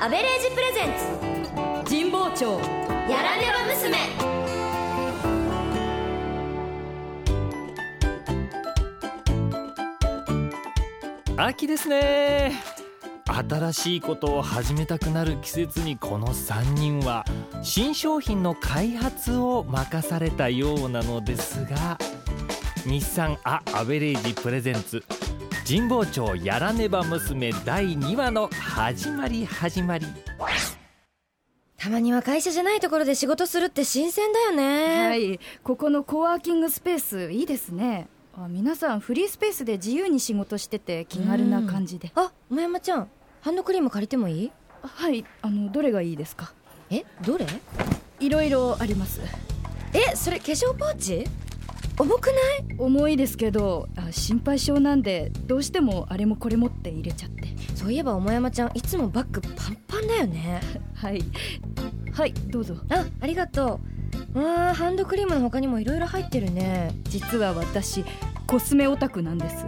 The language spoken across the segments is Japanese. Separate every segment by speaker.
Speaker 1: アベレージプレゼンツ神保町やらねば娘
Speaker 2: 秋ですね新しいことを始めたくなる季節にこの3人は新商品の開発を任されたようなのですが日産アアベレージプレゼンツ神保町やらねば娘第2話の始まり始まり
Speaker 1: たまには会社じゃないところで仕事するって新鮮だよね、
Speaker 3: はい、ここのコワーキングスペースいいですねあ皆さんフリースペースで自由に仕事してて気軽な感じで
Speaker 1: あもやまちゃんハンドクリーム借りてもいい
Speaker 3: はいあのどれがいいですか
Speaker 1: えどれ
Speaker 3: いろいろあります
Speaker 1: えそれ化粧ポーチ重くない
Speaker 3: 重いですけどあ心配性なんでどうしてもあれもこれもって入れちゃって
Speaker 1: そういえばおもやまちゃんいつもバッグパンパンだよね
Speaker 3: はいはいどうぞ
Speaker 1: あありがとうわあハンドクリームの他にもいろいろ入ってるね
Speaker 3: 実は私コスメオタクなんです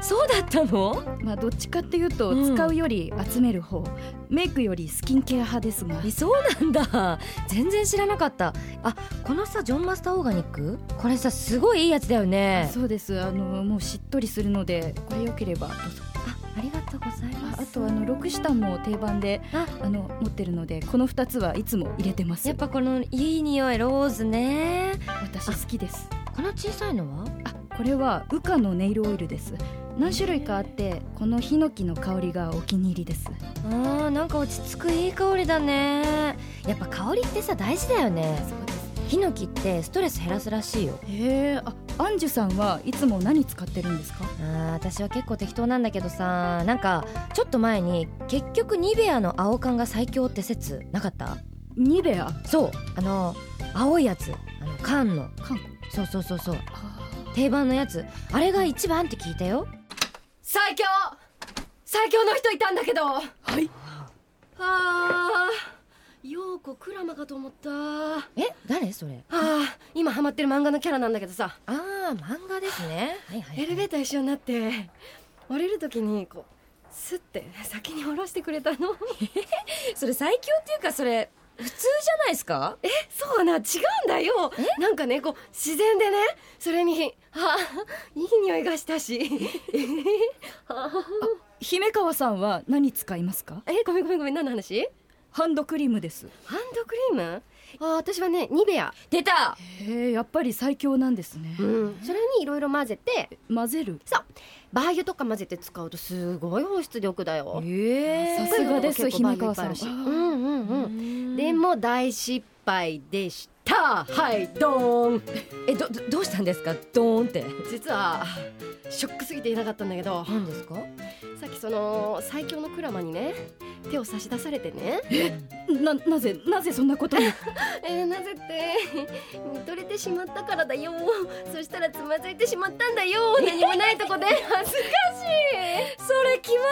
Speaker 1: そうだったの
Speaker 3: まあどっちかっていうと
Speaker 1: うん
Speaker 3: 使うより集める方、メイクよりスキンケア派ですが
Speaker 1: えそうなんだ全然知らなかったあこのさジョンマスターオーガニックこれさすごいいいやつだよね
Speaker 3: そうですあのもうしっとりするのでこれよければどうぞ
Speaker 1: あありがとうござい
Speaker 3: あ
Speaker 1: ます
Speaker 3: あとあのロクシタンも定番で
Speaker 1: あ
Speaker 3: あの持ってるのでこの2つはいつも入れてます
Speaker 1: やっぱこのいい匂いローズね
Speaker 3: 私好きです
Speaker 1: この小さいのは
Speaker 3: あこれはウカのネイルオイルです何種類かあってこのヒノキの香りがお気に入りです
Speaker 1: あーなんか落ち着くいい香りだねやっぱ香りってさ大事だよね
Speaker 3: そうです
Speaker 1: ヒノキってストレス減らすらしいよ
Speaker 3: へえあアンジュさんはいつも何使ってるんですか
Speaker 1: あー私は結構適当なんだけどさなんかちょっと前に結局ニベアの青缶が最強って説なかった
Speaker 3: ニベア
Speaker 1: そうあの青いやつあの缶の
Speaker 3: 缶
Speaker 1: そうそうそうそう定番のやつあれが一番って聞いたよ
Speaker 4: 最強最強の人いたんだけどはいあー陽子クラマかと思ったあ
Speaker 1: え誰それ
Speaker 4: ー今ハマってる漫画のキャラなんだけどさ
Speaker 1: あー漫画ですねはいはい、
Speaker 4: エレベ
Speaker 1: ー
Speaker 4: ーター一緒になって降りる時にこうスッて先に降ろしてくれたの
Speaker 1: それ最強っていうかそれ普通じゃないですかえ
Speaker 4: そうかな違うんだよなんかねこう自然でねそれにあーいい匂いがしたし
Speaker 3: 姫川さんは何使いますか
Speaker 4: えごめんごめんごめん何の話
Speaker 3: ハンドクリームです
Speaker 4: ハンドクリームあー私はねニベア
Speaker 1: 出た
Speaker 3: へえやっぱり最強なんですね
Speaker 4: うんそれにいろいろ混ぜて
Speaker 3: 混ぜる
Speaker 4: そうバー油とか混ぜて使うとすごい保湿力だよ
Speaker 1: え
Speaker 3: さ
Speaker 4: さ
Speaker 3: すがです姫川さん
Speaker 4: うんうんうんで
Speaker 1: で
Speaker 4: も大失敗でしたはいドーン
Speaker 1: えどどどうしたんですかドーンって
Speaker 4: 実はショックすぎていなかったんだけど
Speaker 1: 何ですか
Speaker 4: さっきその最強のクラマにね手を差し出されてね
Speaker 3: ななぜなぜそんな ことに
Speaker 4: えー、なぜって見とれてしまったからだよ そしたらつまずいてしまったんだよ何もないとこで恥ずかし
Speaker 1: それ気ま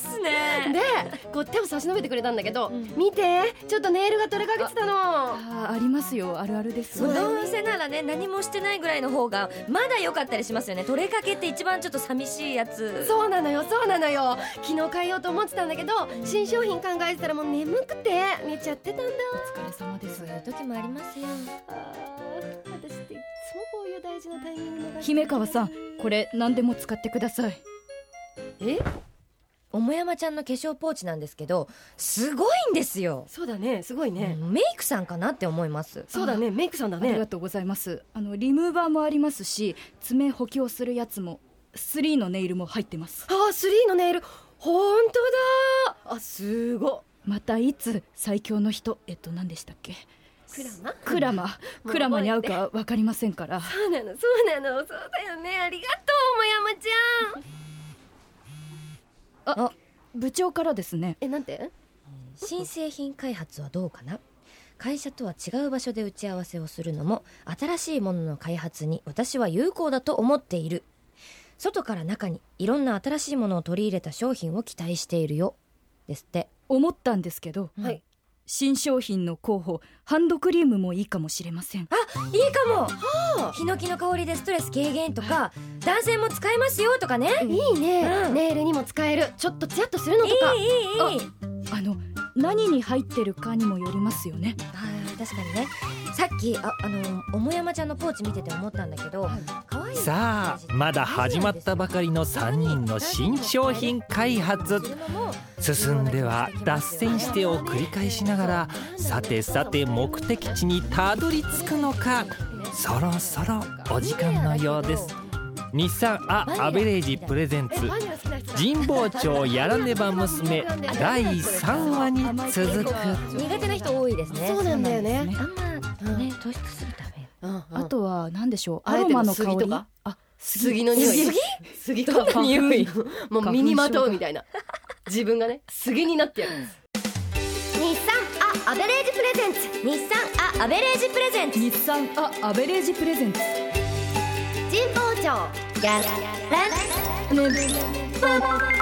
Speaker 1: ずいっす
Speaker 4: い
Speaker 1: ね
Speaker 4: でこう手を差し伸べてくれたんだけど、
Speaker 1: うん
Speaker 4: 見てちょっとネイルが取れかけてたの
Speaker 3: あーありますよあるあるです
Speaker 1: そうどうせならね何もしてないぐらいの方がまだ良かったりしますよね取れかけって一番ちょっと寂しいやつ
Speaker 4: そうなのよそうなのよ昨日変えようと思ってたんだけど新商品考えてたらもう眠くて寝ちゃってたんだ
Speaker 3: お疲れ様です
Speaker 1: そういう時もありますよ
Speaker 4: あー私っていつもこういう大事なタイミングが
Speaker 3: 姫川さんこれ何でも使ってください
Speaker 1: 桃山ちゃんの化粧ポーチなんですけどすごいんですよ、
Speaker 4: そうだねすごいね、
Speaker 1: メイクさんかなって思います
Speaker 4: そうだねメイクさんだ
Speaker 3: ありが
Speaker 4: ね
Speaker 3: とうございますあのリムーバーもありますし爪補強するやつも3のネイルも入ってます
Speaker 4: あースリーのネイル本当だーあすご
Speaker 3: またいつ最強の人えっと何でしたっけ
Speaker 4: クラマ
Speaker 3: クラマ
Speaker 4: うん
Speaker 3: クラマに合うか分かりません から
Speaker 4: そうなのそうなのそうだよねありがとうもやまちゃん
Speaker 3: 部長からですね
Speaker 4: えなんて
Speaker 1: 新製品開発はどうかな会社とは違う場所で打ち合わせをするのも新しいものの開発に私は有効だと思っている外から中にいろんな新しいものを取り入れた商品を期待しているよですって
Speaker 3: 思ったんですけど
Speaker 4: はい
Speaker 3: 新商品の候補ハンドクリームもいいかもしれません
Speaker 1: いいかもヒノキの香りでストレス軽減とか男性も使えますよとかね
Speaker 4: いいね、
Speaker 1: うん
Speaker 4: ネイルにも使えるちょっとツヤっとするの
Speaker 1: いい
Speaker 4: とか
Speaker 1: いいいい
Speaker 3: あの何に入ってるかにもよりますよね
Speaker 1: ー確かにねさっきああの桃山ちゃんのポーチ見てて思ったんだけど、
Speaker 3: はい
Speaker 1: 可愛い
Speaker 2: さあまだ始まったばかりの3人の新商品開発進んでは脱線してを繰り返しながらさてさて目的地にたどり着くのかそろそろお時間のようです日産アアベレージプレゼンツ神保町やらねば娘第3話に続く
Speaker 1: 苦手な人多いですね
Speaker 4: そうなんだよね
Speaker 3: そうなんです
Speaker 1: あんまね糖質すぎたね
Speaker 4: あ
Speaker 3: あとは何でしょう
Speaker 4: あ
Speaker 3: ア
Speaker 4: え
Speaker 3: ロ
Speaker 4: ての
Speaker 3: マの香
Speaker 4: 杉と
Speaker 3: り
Speaker 4: か
Speaker 3: あ
Speaker 4: 杉の匂い
Speaker 3: 杉
Speaker 4: 杉こ んな匂いもう身にまと
Speaker 3: 花粉症だ
Speaker 4: うみ たいな自分がね杉になってやるんです
Speaker 5: 日産アアベレージプレゼンツ
Speaker 1: 日産あアベレージプレゼンツ
Speaker 3: 日産あアベレージプレゼンツ
Speaker 5: 神保町やらねば